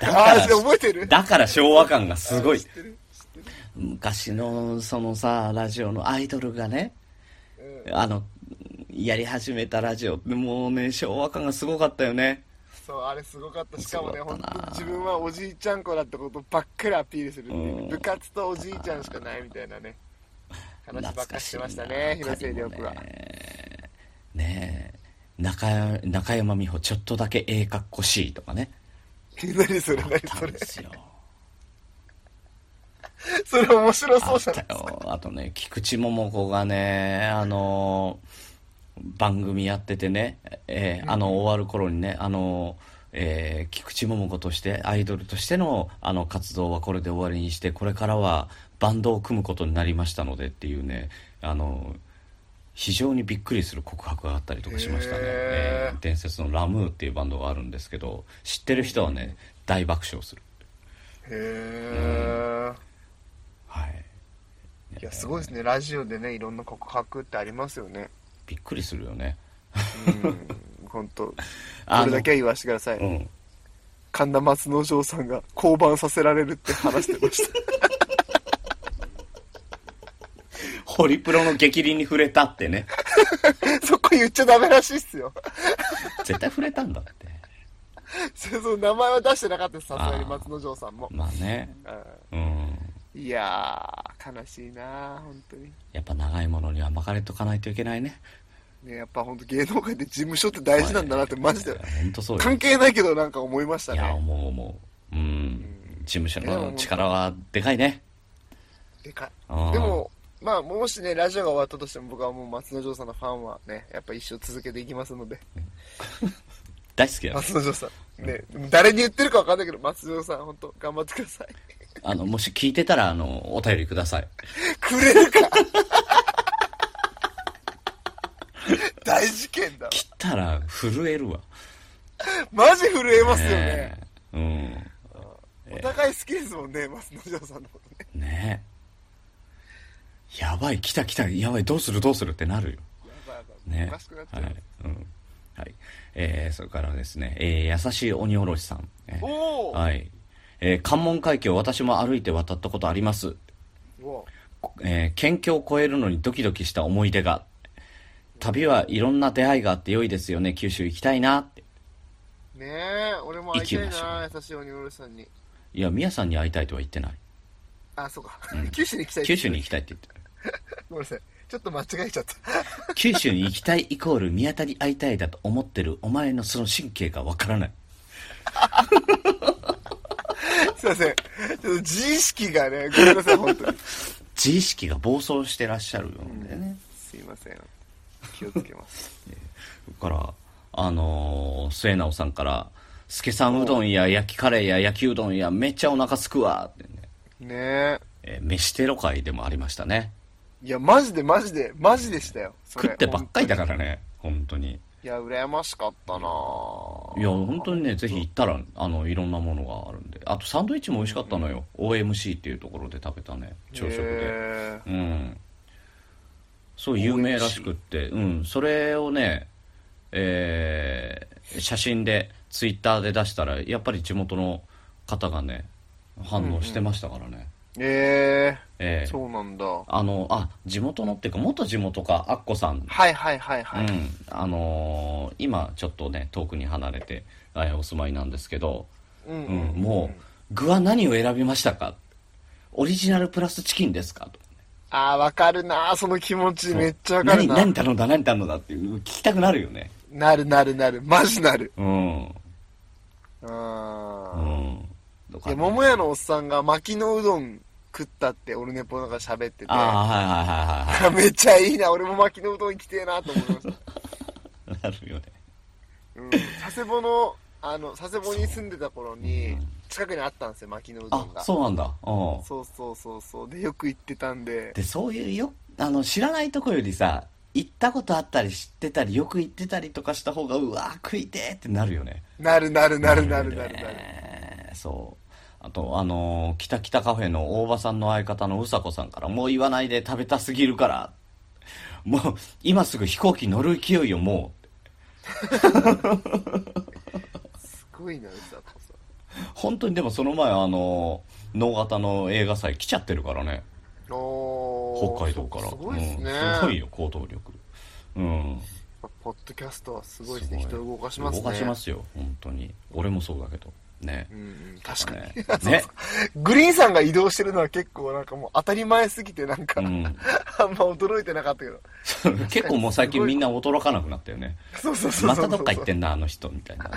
A: だか
C: ああ
A: ら
C: ー、覚えてる
A: だから昭和感がすごい
C: 知っ。てる知ってる
A: 昔のそのさラジオのアイドルがね、あのやり始めたラジオもうね昭和感がすごかったよね
C: そうあれすごかったしかもね
A: すごかっ
C: 本
A: たな
C: 当に自分はおじいちゃん子だってことばっかりアピールするっていう、
A: うん
C: 部活とおじいちゃんしかないみたいなね話ばっかしてましたね
A: 懐か
C: 広
A: しい
C: 末
A: な
C: 涼子が、
A: ねえ中山中山美穂ちょっとだけええかっこしいとかね
C: 何それ
A: あ
C: 何
A: った
C: そ
A: ん
C: れ
A: ですよ
C: それ面白
A: あ
C: そう
A: っ
C: じゃ
A: た
C: ない
A: よあとね菊池桃子がねあの番組やっててね、えーあの終わる頃にねあの、えー菊池桃子としてアイドルとしてのあの活動はこれで終わりにしてこれからはバンドを組むことになりましたのでっていうねあの非常にびっくりする告白があったりとかしましたね、
C: へ
A: え
C: ー
A: ー伝説のラムーっていうバンドがあるんですけど知ってる人はね大爆笑する
C: へ
A: はい
C: えいやすごいですねラジオでねいろんな告白ってありますよね
A: びっくりするよね
C: うん本当こ
A: あの
C: れだけは言わせてください、
A: うん
C: 神田松之丞さんが降板させられるって話してました
A: ホリプロの激鱗に触れたってね。
C: そこ言っちゃダメらしいっすよ
A: 絶対触れたんだって。
C: それその名前は出してなかったですさすがに松之丞さんも
A: まあね。
C: う
A: うん。
C: んいやー悲しいなー本当に
A: やっぱ長いものには巻かれとかないといけないね。
C: ねやっぱ本当芸能界で事務所って大事なんだなってマジで
A: 本当そうよ。
C: 関係ないけどなんか思いました
A: いや、
C: ね
A: 思う思う。うん。事務所
C: いや
A: の
C: 本当
A: 力はでかいね。
C: でか
A: あー
C: いでもまあもしねラジオが終わったとしても僕はもう松之丞さんのファンはねやっぱ一生続けていきますので
A: 大好きだよ。
C: 松之丞さんねでも誰に言ってるかわかんないけど松之丞さん本当頑張ってください
A: あの、もし聞いてたら、あの、お便りください。
C: くれるか 大事件だ
A: 切ったら震えるわ。
C: マジ震えますよね、
A: え。うん。
C: お互い好きですもんね、松之丞さんのことね。
A: ねえ。やばい、来た来た、やばい、どうするどうするってなるよ。
C: やばいやばい
A: ね。
C: おかしくなっちゃ
A: は
C: う。
A: い。うん。はい。えー、それからですね、えー、優しい鬼おろしさん。えー
C: おー
A: はい。えー、関門海峡私も歩いて渡ったことあります。
C: お
A: えー、県境を越えるのにドキドキした思い出が。旅はいろんな出会いがあって良いですよね。九州行きたいなって。
C: ーねえ、俺も会いたい
A: 行きま
C: な、優しい鬼おろしさんに。
A: いや、宮さんに会いたいとは言ってない。
C: あ、そうか。九州に行きたい。
A: 九州に。行きたいって言ってる。
C: ごめんなさい。ちょっと間違えちゃった。
A: 九州に行きたいイコール宮田に会いたいだと思ってるお前のその神経がわからない。
C: すいません。ちょっと自意識がね、ごめんなさい、本当に。
A: 自意識が暴走してらっしゃるんでね。
C: すいません。気をつけます。
A: それから、あのー末直さんから、すけさんうどんや焼きカレーや焼きうどんやめっちゃお腹すくわってね、
C: ねえ。
A: えー飯テロ会でもありましたね。
C: いや、マジでマジで、マジでしたよ。それ
A: 食ってばっかりだからね、本当に。
C: いや、羨ましかったない
A: や、本当にね、ぜひ行ったら、あの、いろんなものがあるんで。あと、サンドイッチも美味しかったのよ。OMC っていうところで食べたね、朝食で。
C: へえ
A: うん。そう、有名らしくって、うん、それをね、えー写真で、ツイッターで出したら、やっぱり地元の方がね、反応してましたからね。
C: え
A: え
C: え
A: ー
C: そうなんだ。は
A: あの、あ、地元のっていうか、元地元か、アッコさん
C: いはいはいは
A: う
C: い。
A: ん、あのー今ちょっとね遠くに離れて、えーお住まいなんですけど、
C: うん
A: うんもう具は何を選びましたかオリジナルプラスチキンですかと
C: ああ、わかるなーその気持ちめっちゃわかる
A: 何
C: な。
A: 何頼んだ何頼んだっていう聞きたくなるよね
C: なるなるなる。マジなる。
A: うんう
C: うん。
A: んと
C: い
A: か
C: や、桃屋のおっさんが薪のうどん食ったって、オルネポなんか喋ってて、
A: ああ、はいはいはいはい
C: めっちゃいいな、俺も薪のうどん行きてえなと思いました。
A: はい。なるよね。
C: うん、佐世保の、あの、佐世保に住んでた頃に、近くにあったんですよ、薪のうど
A: あ
C: ん、が。
A: そうなんだ。うん。
C: そうそうそうそう。で、よく行ってたんで、
A: で、そういうよ、あの、知らないとこよりさ、行ったことあったり知ってたり、よく行ってたりとかした方が、うわー食いてーってなるよね。
C: なるなるなるなるなるなる。
A: ねそう。あと、あのー、北北カフェの大場さんの相方のうさこさんから、もう言わないで食べたすぎるから。もう、今すぐ飛行機乗る勢いよ、も
C: すごいな、うさこさん。
A: う。本当にでもその前、あのー、能型の映画祭来ちゃってるからね。
C: おー
A: 北海道から。
C: すごいですね、
A: うんすごいよ、行動力。うん。
C: ポッドキャストはすごいです
A: す
C: ね
A: ごい
C: 人を動かしますね
A: 動かしますよ、本当に。俺もそうだけど。ね
C: う。んうん、確かに、
A: ね
C: そうそうグリーンさんが移動してるのは結構なんかもう当たり前すぎてなんか、
A: うん
C: あんま驚いてなかったけど
A: 結構もう最近みんな驚かなくなったよね。
C: そうそうそうそう
A: またどっか行ってんな、あの人、みたいなね。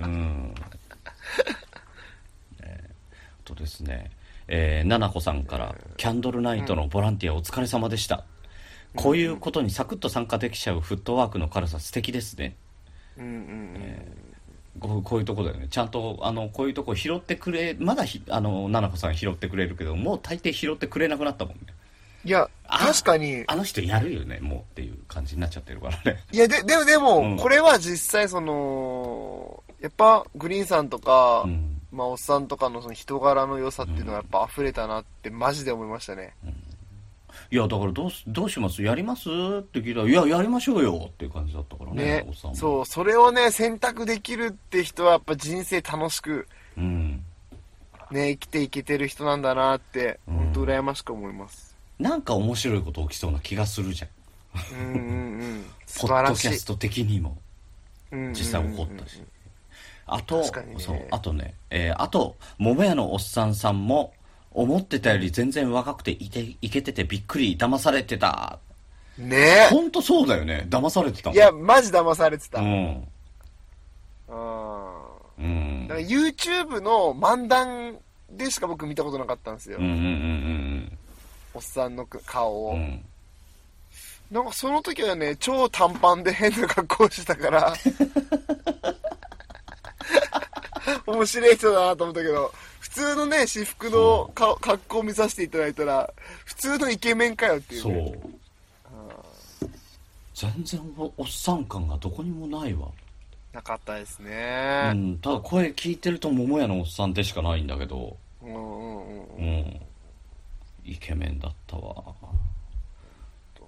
A: うん。えーあとですね、えー、ななこさんから、キャンドルナイトのボランティアお疲れ様でした。こういうことにサクッと参加できちゃうフットワークの軽さ素敵ですね。
C: うんうんうん、
A: こうこういうとこだよね。ちゃんと、あの、こういうとこ拾ってくれ、まだひ、あの、ななこさん拾ってくれるけど、もう大抵拾ってくれなくなったもんね。
C: いや
A: あ
C: 確かに
A: あの人やるよね、もうっていう感じになっちゃってるからね。
C: いやででもでも、
A: うん
C: これは実際そのやっぱグリーンさんとか、
A: うん。
C: まあ、おっさんとかのその人柄の良さっていうのはやっぱ溢れたなってマジで思いましたね、
A: いや、だからどうす、どうしますやりますって聞いたら、いや、やりましょうよっていう感じだったからね、
C: ね
A: おっさんも。
C: そうそれをね選択できるって人はやっぱ人生楽しく
A: うん。
C: ね生きていけてる人なんだなって
A: うん
C: 本当羨ましく思います
A: なんか面白いこと起きそうな気がするじゃん。
C: うんうんうん素
A: ポ
C: 晴
A: ッ
C: ら
A: ド
C: し
A: キャス
C: い
A: ト的にも、
C: うんうんうん
A: 実際起こったし。あと、
C: 確かにね
A: そう、あとね、えーあと、桃屋のおっさんさんも、思ってたより全然若くていて、いけててびっくり、騙されてた。
C: ね
A: ほんとそうだよね、騙されてたも
C: え
A: ん
C: いやマジ騙されてた
A: う
C: うん
A: ん。うん。
C: だから YouTube の漫談でしか僕見たことなかったんですよ、
A: うんうんうん
C: おっさんの顔
A: うんう
C: を、
A: んうん。
C: なんかその時はね超短パンで変な格好してたから 面白い人だなと思ったけど普通のね私服の顔格好を見させていただいたら普通のイケメンかよっていう
A: そ
C: ね、
A: う。全然おおっさん感がどこにもないわ。
C: なかったです
A: う
C: ね、
A: ん、ただ声聞いてると桃屋のおっさんでしかないんだけど、
C: うん、うんうんうん
A: うん。イケメンだったわ。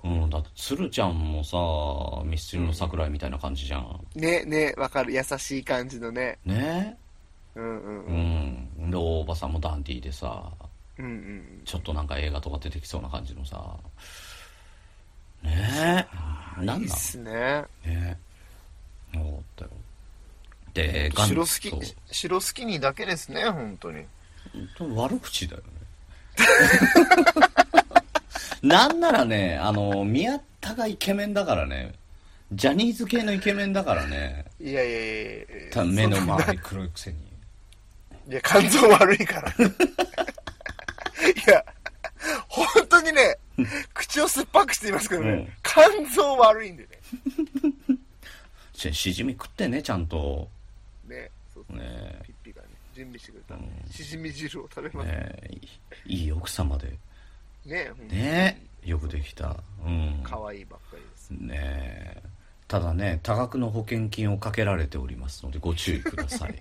A: うん、だって鶴ちゃんもさ、ミスチルの桜井みたいな感じじゃん。
C: ねねわかる優しい感じのね
A: ね
C: うんうんう
A: うんん。で、大場さんもダンディーでさ、
C: うんうん
A: ちょっとなんか映画とか出てきそうな感じのさ、ねえ、なん
C: いいっ
A: なん
C: すね
A: ね思ったよでガン
C: 白スキ
A: そう
C: 白スキニーだけですね本当に
A: 本当悪口だ よねなんならねあの宮田がイケメンだからねジャニーズ系のイケメンだからね
C: いやいやいやい
A: た
C: や
A: 目の周り黒いくせに
C: いや、肝臓悪いから。いや、本当にね、口を酸っぱくしていますけどね、
A: うん
C: 肝臓悪いんでね。
A: ししじみ食ってねちゃんと
C: ね、そうそう
A: ね
C: ピッピがね、準備してくれた、しじみ汁を食べます。ね
A: ねいいい奥様で
C: 本当に
A: ねよくできたうん
C: 可愛いばっかりです。
A: ねえただね多額の保険金をかけられておりますのでご注意ください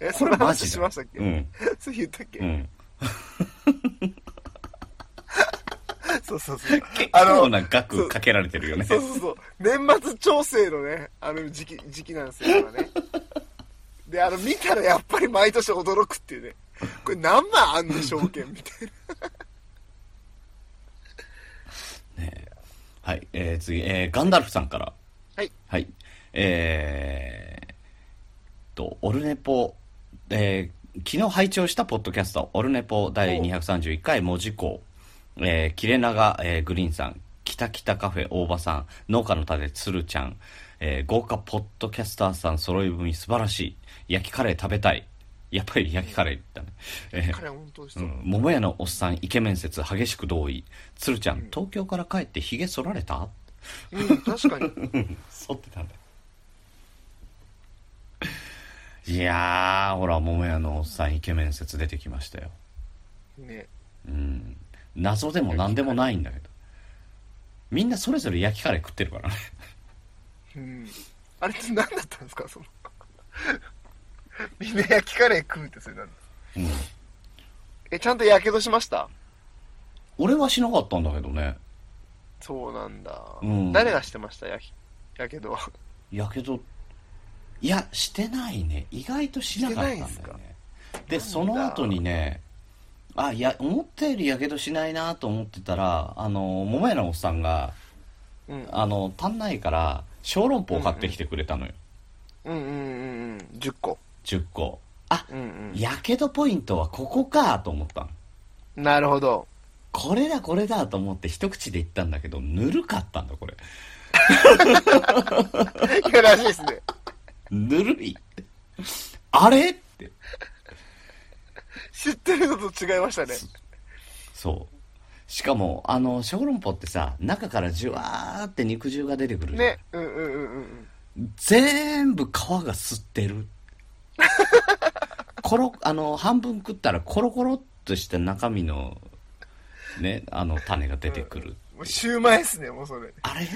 C: え、
A: こ
C: そ
A: れ
C: の
A: マジ
C: 話
A: だ
C: しましたっけ、
A: うん
C: そう言ったっけ、
A: うん
C: そうそうそう。
A: 結
C: あ
A: 構
C: の、
A: な額かけられてるよね
C: そうそうそう。年末調整のね、あの時期、時期なんですよ、今ね。で、あの、見たらやっぱり毎年驚くっていうね。これ何万あんの証券みたいな。
A: はい、えー、次、えー、ガンダルフさんから
C: はい
A: はいえー、とオルネポえー昨日拝聴したポッドキャスト「オルネポ第231回文字工」えー、切れ長、えーグリーンさん北北カフェ大場さん農家の種鶴ちゃん、えー豪華ポッドキャスターさん揃い踏み素晴らしい焼きカレー食べたいやっぱり焼きカレーだね。え
C: 彼は本当です
A: ーうん、桃屋のおっさんイケメン説激しく同意。鶴ちゃん、東京から帰って髭剃られた
C: うん、確かに。
A: 剃ってたんだ いやーほら桃屋のおっさんイケメン説出てきましたよ
C: ね。
A: うん謎でも何でもないんだけどみんなそれぞれ焼きカレー食ってるからね
C: うん。あれって何だったんですか、その。 みんな焼きカレー食うってそれなんだ。
A: うん
C: え、ちゃんとやけどしました
A: 俺はしなかったんだけどね
C: そうなんだ。
A: うん
C: 誰がしてましたやき、やけど。
A: やけどいやしてないね意外としなかったんだよ
C: してない
A: ねでその後にねあいや思ったよりやけどしないなと思ってたらあの桃屋のおっさんが
C: うん。
A: あの足んないから小籠包を買ってきてくれたのよ、
C: うんうんうんうん。10個。
A: 10個あ
C: うんうん。
A: やけどポイントはここかと思ったの
C: なるほど。
A: これだこれだと思って一口で言ったんだけどぬるかったんだこれ
C: いやらしいですね。
A: ぬるいあれって
C: 知ってるのと違いましたね。
A: そうしかもあの小籠包ってさ中からじゅわーって肉汁が出てくるじゃん
C: ね。うんうんうんうん
A: 全部皮が吸ってる コロあの半分食ったらコロコロっとした中身のねあの種が出てくる、
C: うん。もうシューマイですね、もうそれ。
A: あれ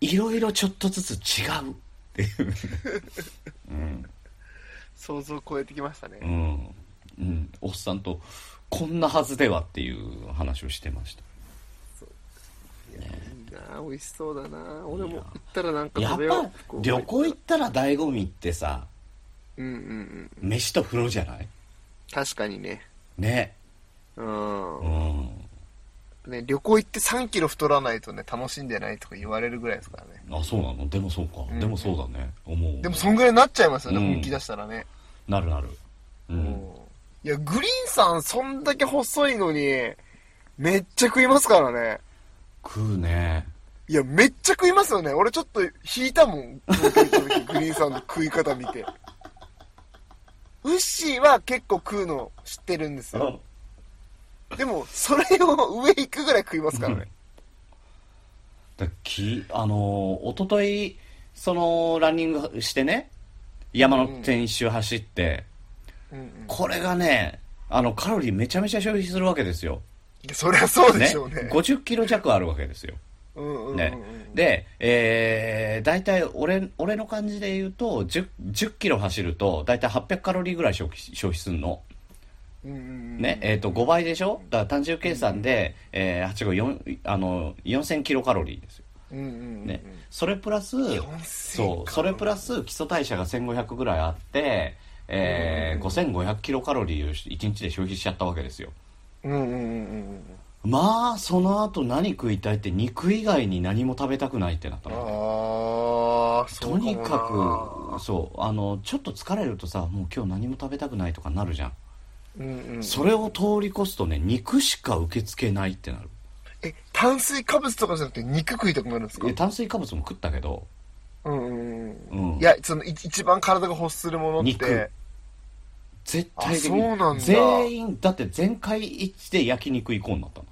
A: いろいろちょっとずつ違うっていう、うん
C: 想像を超えてきましたね。
A: うんうん、おっさんとこんなはずではっていう話をしてました
C: いいなあ美味しそうだな俺も
A: いや
C: 行ったらなんか
A: やっ
C: 食べよう
A: ぱ旅行行ったら醍醐味ってさ
C: うんうんうん
A: 飯と風呂じゃない
C: 確かにね
A: ね
C: うん
A: うん
C: ね旅行行って3キロ太らないとね楽しんでないとか言われるぐらいですからね
A: あそうなのでもそうか、
C: ん
A: でもそうだね思う
C: でもそんぐらいになっちゃいますよね、
A: うん
C: 本気出したらね、
A: なるなるう
C: うん
A: ん
C: いやグリーンさんそんだけ細いのにめっちゃ食いますからね
A: 食うね
C: いやめっちゃ食いますよね俺ちょっと引いたも ん東京行った時グリーンさんの食い方見てウッシーは結構食うの知ってるんですよでも、それを上行くぐらい食いま すからね。
A: だきあのー、一昨日そのランニングしてね山の天一周走って、
C: うんうん。
A: これがねあのカロリーめちゃめちゃ消費するわけですよ、
C: いやそりゃそうで
A: ね
C: しょうね。
A: 50キロ弱あるわけですよ、
C: うんうんうんうん。
A: ねで、えー、大体俺俺の感じで言うと 10, 10キロ走ると大体800カロリーぐらい消費消費するの、
C: うんうんうん。
A: ねえー、と5倍でしょだから単純計算で、えー、8号4あの4000キロカロリーですよ
C: うんうんうん。
A: ね、それプラスそうそれプラス基礎代謝が1500ぐらいあって、えー5500キロカロリーを1日で消費しちゃったわけですよ
C: うんうんうんうん。
A: まあその後何食いたいって肉以外に何も食べたくないってなったの
C: ああ、そ
A: と
C: うも
A: に
C: な
A: かくそうあのちょっと疲れるとさもう今日何も食べたくないとかなるじゃん、
C: うんうん。
A: それを通り越すとね肉しか受け付けないってなる
C: え、炭水化物とかじゃなくて肉食いたくなるんですか
A: え炭水化物も食ったけど、
C: うんうん
A: う
C: うんん。いや、その、い一番体が欲するものっ
A: 肉
C: て、
A: 絶対的
C: あそうなんだ
A: 全員だって全会一致で焼肉行こうになったの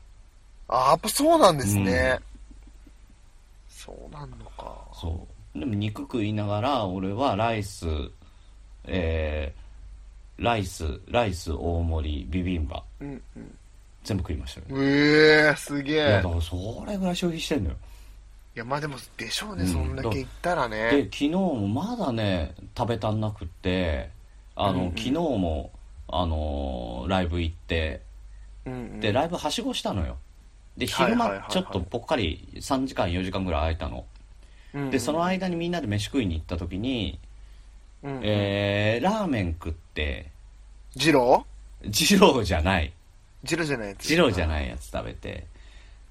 C: あーやっぱそうなんですね。そうなんのか。
A: そうでも肉食いながら俺はライスえー、ライスライス大盛りビビンバ
C: うんうん。
A: 全部食いましたよ、
C: うえー、すげえ。
A: いやだからそれぐらい消費してんのよ
C: いやまあでもでしょうね、
A: うん
C: そんだけ行ったら
A: で
C: ね
A: 昨日もまだね食べ足んなくってあの、
C: うんうん
A: 昨日もあのーライブ行って
C: うんうん
A: でライブはしごしたのよで
C: はい
A: 昼
C: はいはい
A: 間
C: はい
A: ちょっとぽっかり3時間4時間ぐらい空いたの
C: うんうん
A: でその間にみんなで飯食いに行った時に、
C: うんうん
A: えー、ラーメン食って
C: ジロ
A: 二郎じゃない
C: ージローじゃないやつ
A: 二郎じゃないやつ食べて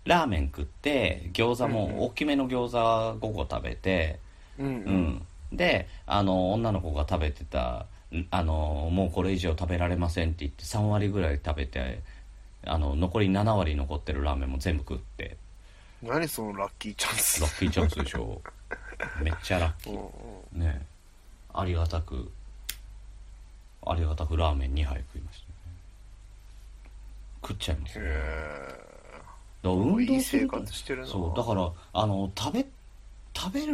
A: ラーメン食って餃子
C: うんうん
A: も大きめの餃子5個食べて、
C: うんう
A: うんん、であの女の子が食べてたんあのもうこれ以上食べられませんって言って3割ぐらい食べてあの残り7割残ってるラーメンも全部食って
C: 何そのラッキーチャンス
A: ラッキーチャンスでし ょめっちゃラッキ
C: うんう
A: ー
C: ん
A: ねありがたくありがたくラーメン2杯食いましたね食っちゃいますねだから運動
C: いい
A: する
C: 生
A: から
C: 活してるな
A: そうだからあの食べ食べる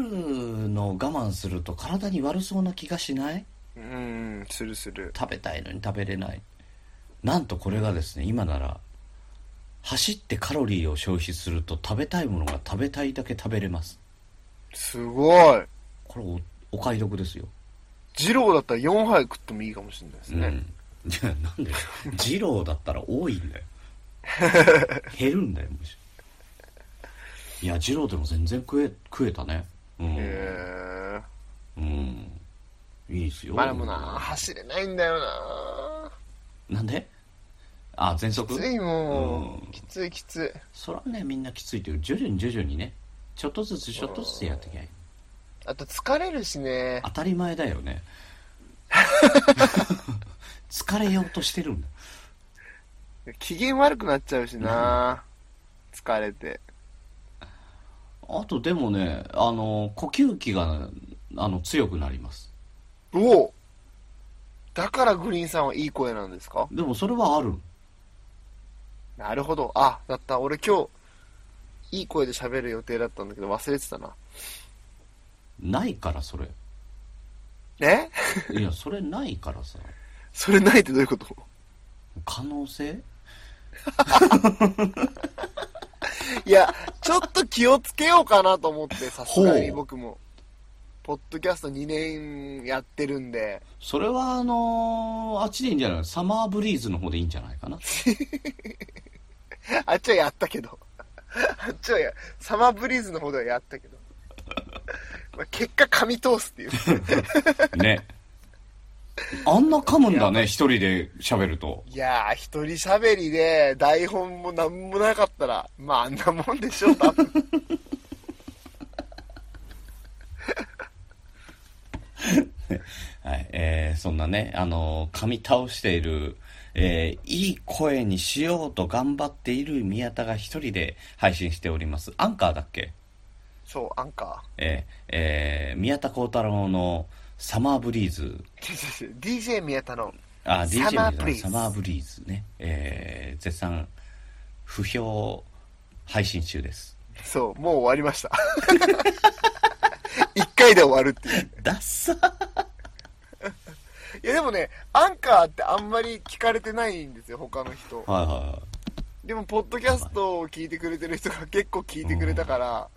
A: のを我慢すると体に悪そうな気がしない
C: うんするする
A: 食べたいのに食べれないなんとこれがですね今なら走ってカロリーを消費すると食べたいものが食べたいだけ食べれます
C: すごい
A: これおお買い得ですよ、
C: 二郎だったら4杯食ってもいいかもしれないです
A: う
C: ね、
A: んじゃあなんで二郎だったら多いん だよ減るんだよむしろいや二郎でも全然食え食えたねうん、
C: へ
A: うんいいです
C: え
A: よ
C: まあでもな走れないんだよな
A: なんであ全
C: き
A: 速
C: ついも
A: うん
C: うきついきつい
A: そらねみんなきついけど徐々に徐々にねちょっとずつちょっとずつやってきゃいい
C: あと疲れるしね
A: 当たり前だよね疲れようとしてるんだ
C: 機嫌悪くなっちゃうしな疲れて
A: あとでもねあの呼吸器があの強くなります
C: おおだからグリーンさんはいい声なんですか
A: でもそれはある
C: なるほどあだった俺今日いい声で喋る予定だったんだけど忘れてたな
A: ないからそれ
C: え
A: いやそれないからさ
C: それないってどういうこと
A: 可能性
C: いや、ちょっと気をつけようかなと思って、さすがに
A: ほう
C: 僕も。ポッドキャスト2年やってるんで、
A: それはあのーあっちでいいんじゃないサマーブリーズの方でいいんじゃないかな
C: あっちはやったけど。 あっちはや、サマーブリーズの方ではやったけど。まあ結果噛み通すっていう。
A: ねあんな噛むんだね一人で喋ると
C: いやー、一人喋りで、台本もなんもなかったら、まああんなもんでしょう、多 分。
A: はい、えーそんなね、あのー噛み倒している、えーいい声にしようと頑張っている宮田が一人で配信しております。アンカーだっけ
C: そう、アンカ
A: えーえー宮田幸太郎のサマーブリーズ。
C: ー。DJ 宮田の、
A: あ、
C: サマ
A: DJ 宮田
C: ー
A: の
C: ブリーズ
A: サマーブリーズね。えー絶賛、不評配信中です。
C: そう、もう終わりました。 一回で終わるっていう。
A: ダッサ
C: いやでもね、アンカーってあんまり聞かれてないんですよ、他の人。
A: はいはいはい。
C: でも、ポッドキャストを聞いてくれてる人が結構聞いてくれたから、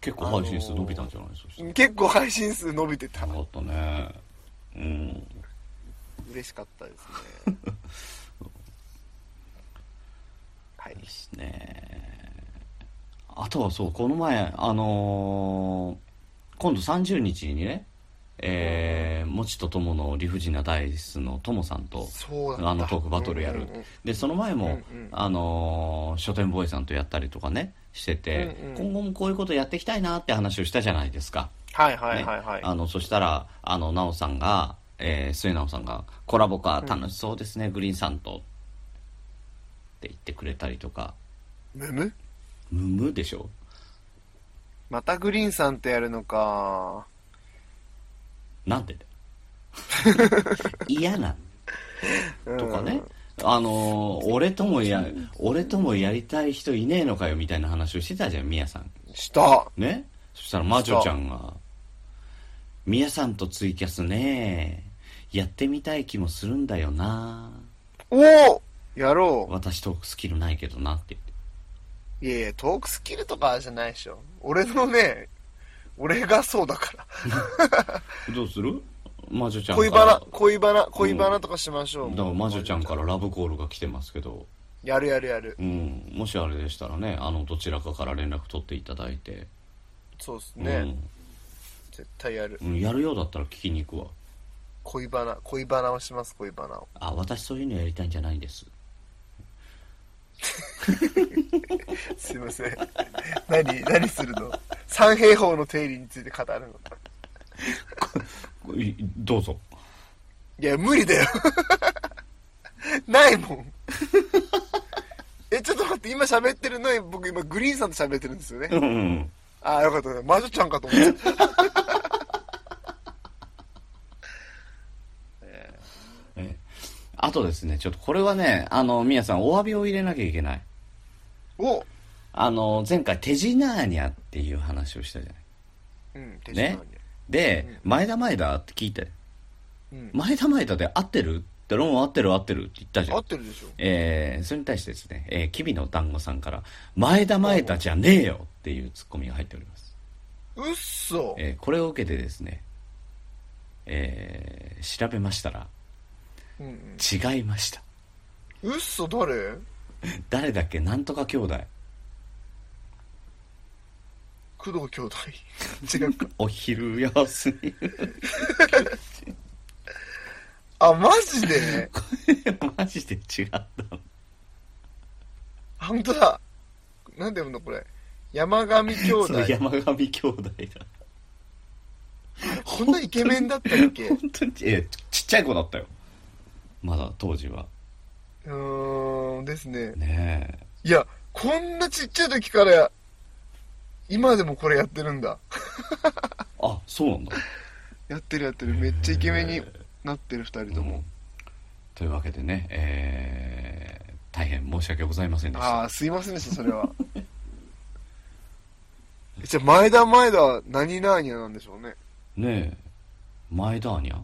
A: 結構配信数伸びたんじゃないですか、
C: 結構配信数伸びてた
A: よ。かったね。うん。
C: 嬉しかったですね。 はい。
A: ですねあとはそうこの前あのー今度30日にねえー、もちとともの理不尽なダイスのともさんと
C: そうだった
A: あのトークバトルやる、
C: うんうんうん
A: でその前も、
C: うんうん
A: あのー書店ボーイさんとやったりとかねしてて、
C: うんうん
A: 今後もこういうことやっていきたいなって話をしたじゃないですか、
C: はいはい
A: ね
C: はいはい。
A: あのそしたらあの奈緒さんが、えー末直さんが「コラボか楽しそうですね、グリーンさんと」って言ってくれたりとか
C: むむ
A: 「むむ」でしょ
C: またグリーンさんとやるのか。
A: なんで嫌なんとかね、あのー俺ともや俺ともやりたい人いねえのかよみたいな話をしてたじゃんみやさん
C: した。
A: ねそしたら魔女ちゃんが「みやさんとツイキャスねやってみたい気もするんだよな
C: おおやろ
A: 私トークスキルないけどな」って言って
C: う。いやいや、トークスキルとかじゃないでしょ。俺のね、俺がそうだから。
A: どうする魔女ちゃん
C: 恋
A: か
C: バ
A: ら
C: ナ、恋バナ、恋バナとかしましょう。
A: だから魔女ちゃんからラブコールが来てますけど、
C: やるやるやる。
A: うん、もしあれでしたらねあのどちらかから連絡取っていただいて、
C: そうっすね。絶対やる
A: う。んうん、やるようだったら聞きに行くわ
C: 恋バナ、恋バナをします、恋バナを。
A: あ私そういうのやりたいんじゃないんです
C: すいません。 何、何するの三平方の定理について語るの
A: いどうぞ
C: いや、無理だよ。 ないもん。え、ちょっと待って、今喋ってるのに、僕今グリーンさんと喋ってるんですよね
A: う。んうん
C: ああ、よかった。魔女ちゃんかと思 った。
A: えあとですね、ちょっとこれはね、あの、みやさん、お詫びを入れなきゃいけない。
C: お
A: あの、前回、手品ーニャっていう話をしたじゃない。
C: うん、手
A: ね
C: 品に。
A: で、前田前田って聞いて、
C: うん。
A: 前田前田で合ってるって、ロン合ってる合ってるって言ったじゃ
C: 合
A: ん
C: っ。てるでしょ。
A: えー、それに対してですね、えー、キビの団子さんから、前田前田じゃねえよっていうツッコミが入っております。
C: うっそ。
A: えーこれを受けてですね、えー調べましたら
C: うん
A: 違いました
C: うん。うっそ、誰
A: 誰だっけなんとか兄弟
C: 工藤兄弟。 違うか。
A: お昼休み
C: あ、マジ で
A: マジで違ったの
C: 本当だ。なんて読むのこれ。山上兄
A: そ
C: 弟
A: の。山上兄弟だ
C: こんなイケメンだったっけう
A: 本当にえーちちっちゃい子だったよまだ当時は
C: ーん、ですね。
A: ねえ
C: いや、こんなちっちゃい時から、今でもこれやってるんだ。
A: あそうなんだ、
C: やってるやってる。めっちゃイケメンになってる二人と
A: う
C: も
A: ん。というわけでねえー大変申し訳ございませんでした
C: ああ、すいませんでした、それは。 じゃあ、前田前田は何ナーニャなんでしょうね。
A: ねえ前田兄や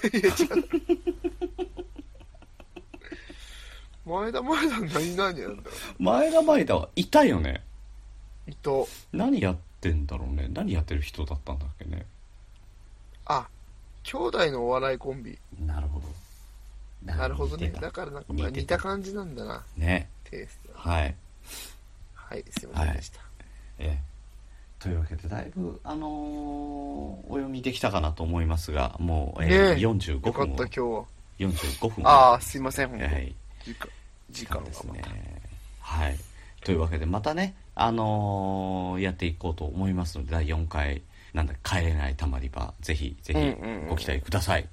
C: 前田前田は何ナーニャなんだろ
A: 前田前田はいたよね
C: う。伊藤。
A: 何やってんだろうね何やってる人だったんだっけね
C: あ、兄弟のお笑いコンビ。
A: なるほど
C: なるほどね
A: 似。てた
C: だからなんか
A: 似
C: まあ
A: てた
C: 似た感じなんだな、
A: ね
C: テイストは。
A: はい
C: はい、すいませんでした。
A: ええというわけでだいぶあのーお読みできたかなと思いますがもう、ええ
C: ねえ
A: 45
C: よかっ
A: 分
C: た、
A: を
C: 今日は。
A: 45分を
C: ああ、すいません、本当
A: はい
C: 時間、時間が
A: です
C: ま
A: ね
C: た。
A: はいというわけでまたねあのーやっていこうと思いますので第4回なんだ帰れないたまり場ぜひぜ
C: うんうんう
A: ひ
C: ん
A: ご期待ください、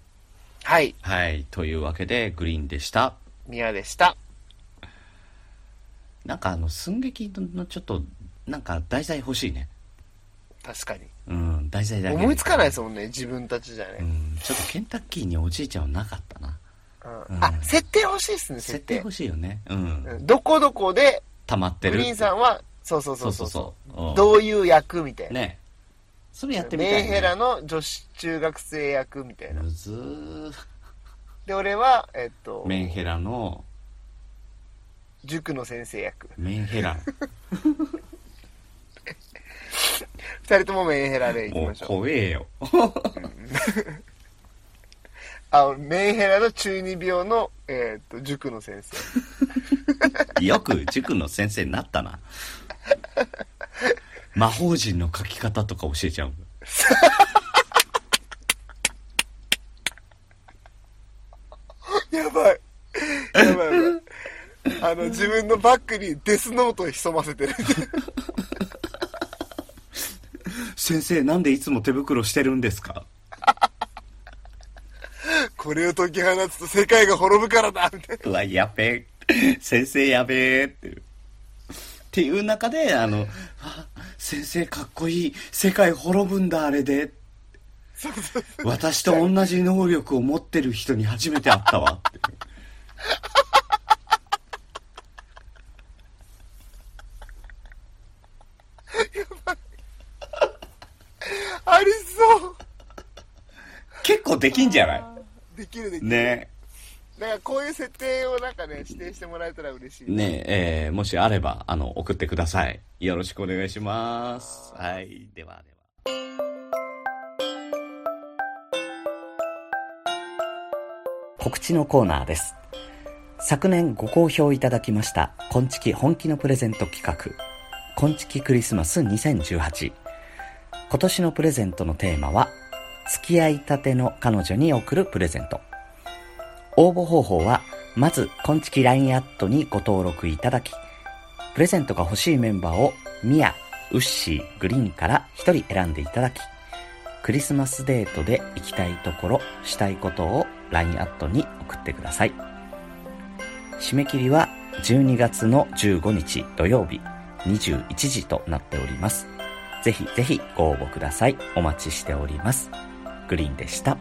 C: はい、
A: はいというわけでグリーンでした
C: ミヤでした。
A: なんかあの寸劇のちょっとなんか題材欲しいね
C: 確かに。
A: うん題材だけで
C: 思いつかないですもんね、自分たちじゃ
A: う
C: ね。
A: んちょっとケンタッキーにおじいちゃんはなかったな
C: うんあ、設定欲しいですね、
A: 設
C: 設
A: 定
C: 定
A: 欲。しいよねうん、
C: うんどこどこで、
A: 溜まって
C: グ
A: る
C: リーンさんは、そうそうそうそう。
A: そ
C: そ
A: そう
C: う
A: そううん
C: うどういう役みたいな。
A: ねそれやってみたい、
C: メ
A: ね、
C: ンヘラの女子中学生役みたいな
A: む。ずー
C: で、俺は、えっと、
A: メンヘラの
C: 塾の先生役。
A: メンヘ ラ
C: 二人ともメンヘラでいき
A: も
C: ま
A: う
C: しょう。
A: 怖えよ
C: あ、メンヘラの中二病の、えっと、塾の先生。
A: よく塾の先生になったな魔法陣の書き方とか教えちゃう
C: やばい。やばいやばい。あの、自分のバッグにデスノートを潜ませてる。
A: 先生なんでいつも手袋してるんですか
C: これを解き放つと世界が滅ぶからだみたいな。
A: うわ、やべえ。 先生やべえっていう。っていう中で、あの、あ先生かっこいい。世界滅ぶんだ、あれで。私と同じ能力を持ってる人に初めて会ったわって。
C: ありそう
A: 結構できんじゃない
C: できるできる。
A: ね
C: だからこういう設定をなんかね、指定してもらえたら嬉しい。
A: ねえーもしあれば、あの、送ってください。よろしくお願いします。はい。では、では。
D: 告知のコーナーです。昨年ご好評いただきました、こんちき本気のプレゼント企画、こんちきクリスマス2018。今年のプレゼントのテーマは、付き合いたての彼女に贈るプレゼント。応募方法は、まず、こんちき LINE アットにご登録いただき、プレゼントが欲しいメンバーを、ミヤ、ウッシー、グリーンから1人選んでいただき、クリスマスデートで行きたいところ、したいことを LINE アットに送ってください。締め切りは12月の15日土曜日21時となっております。ぜひぜひご応募ください。お待ちしております。グリーンでした。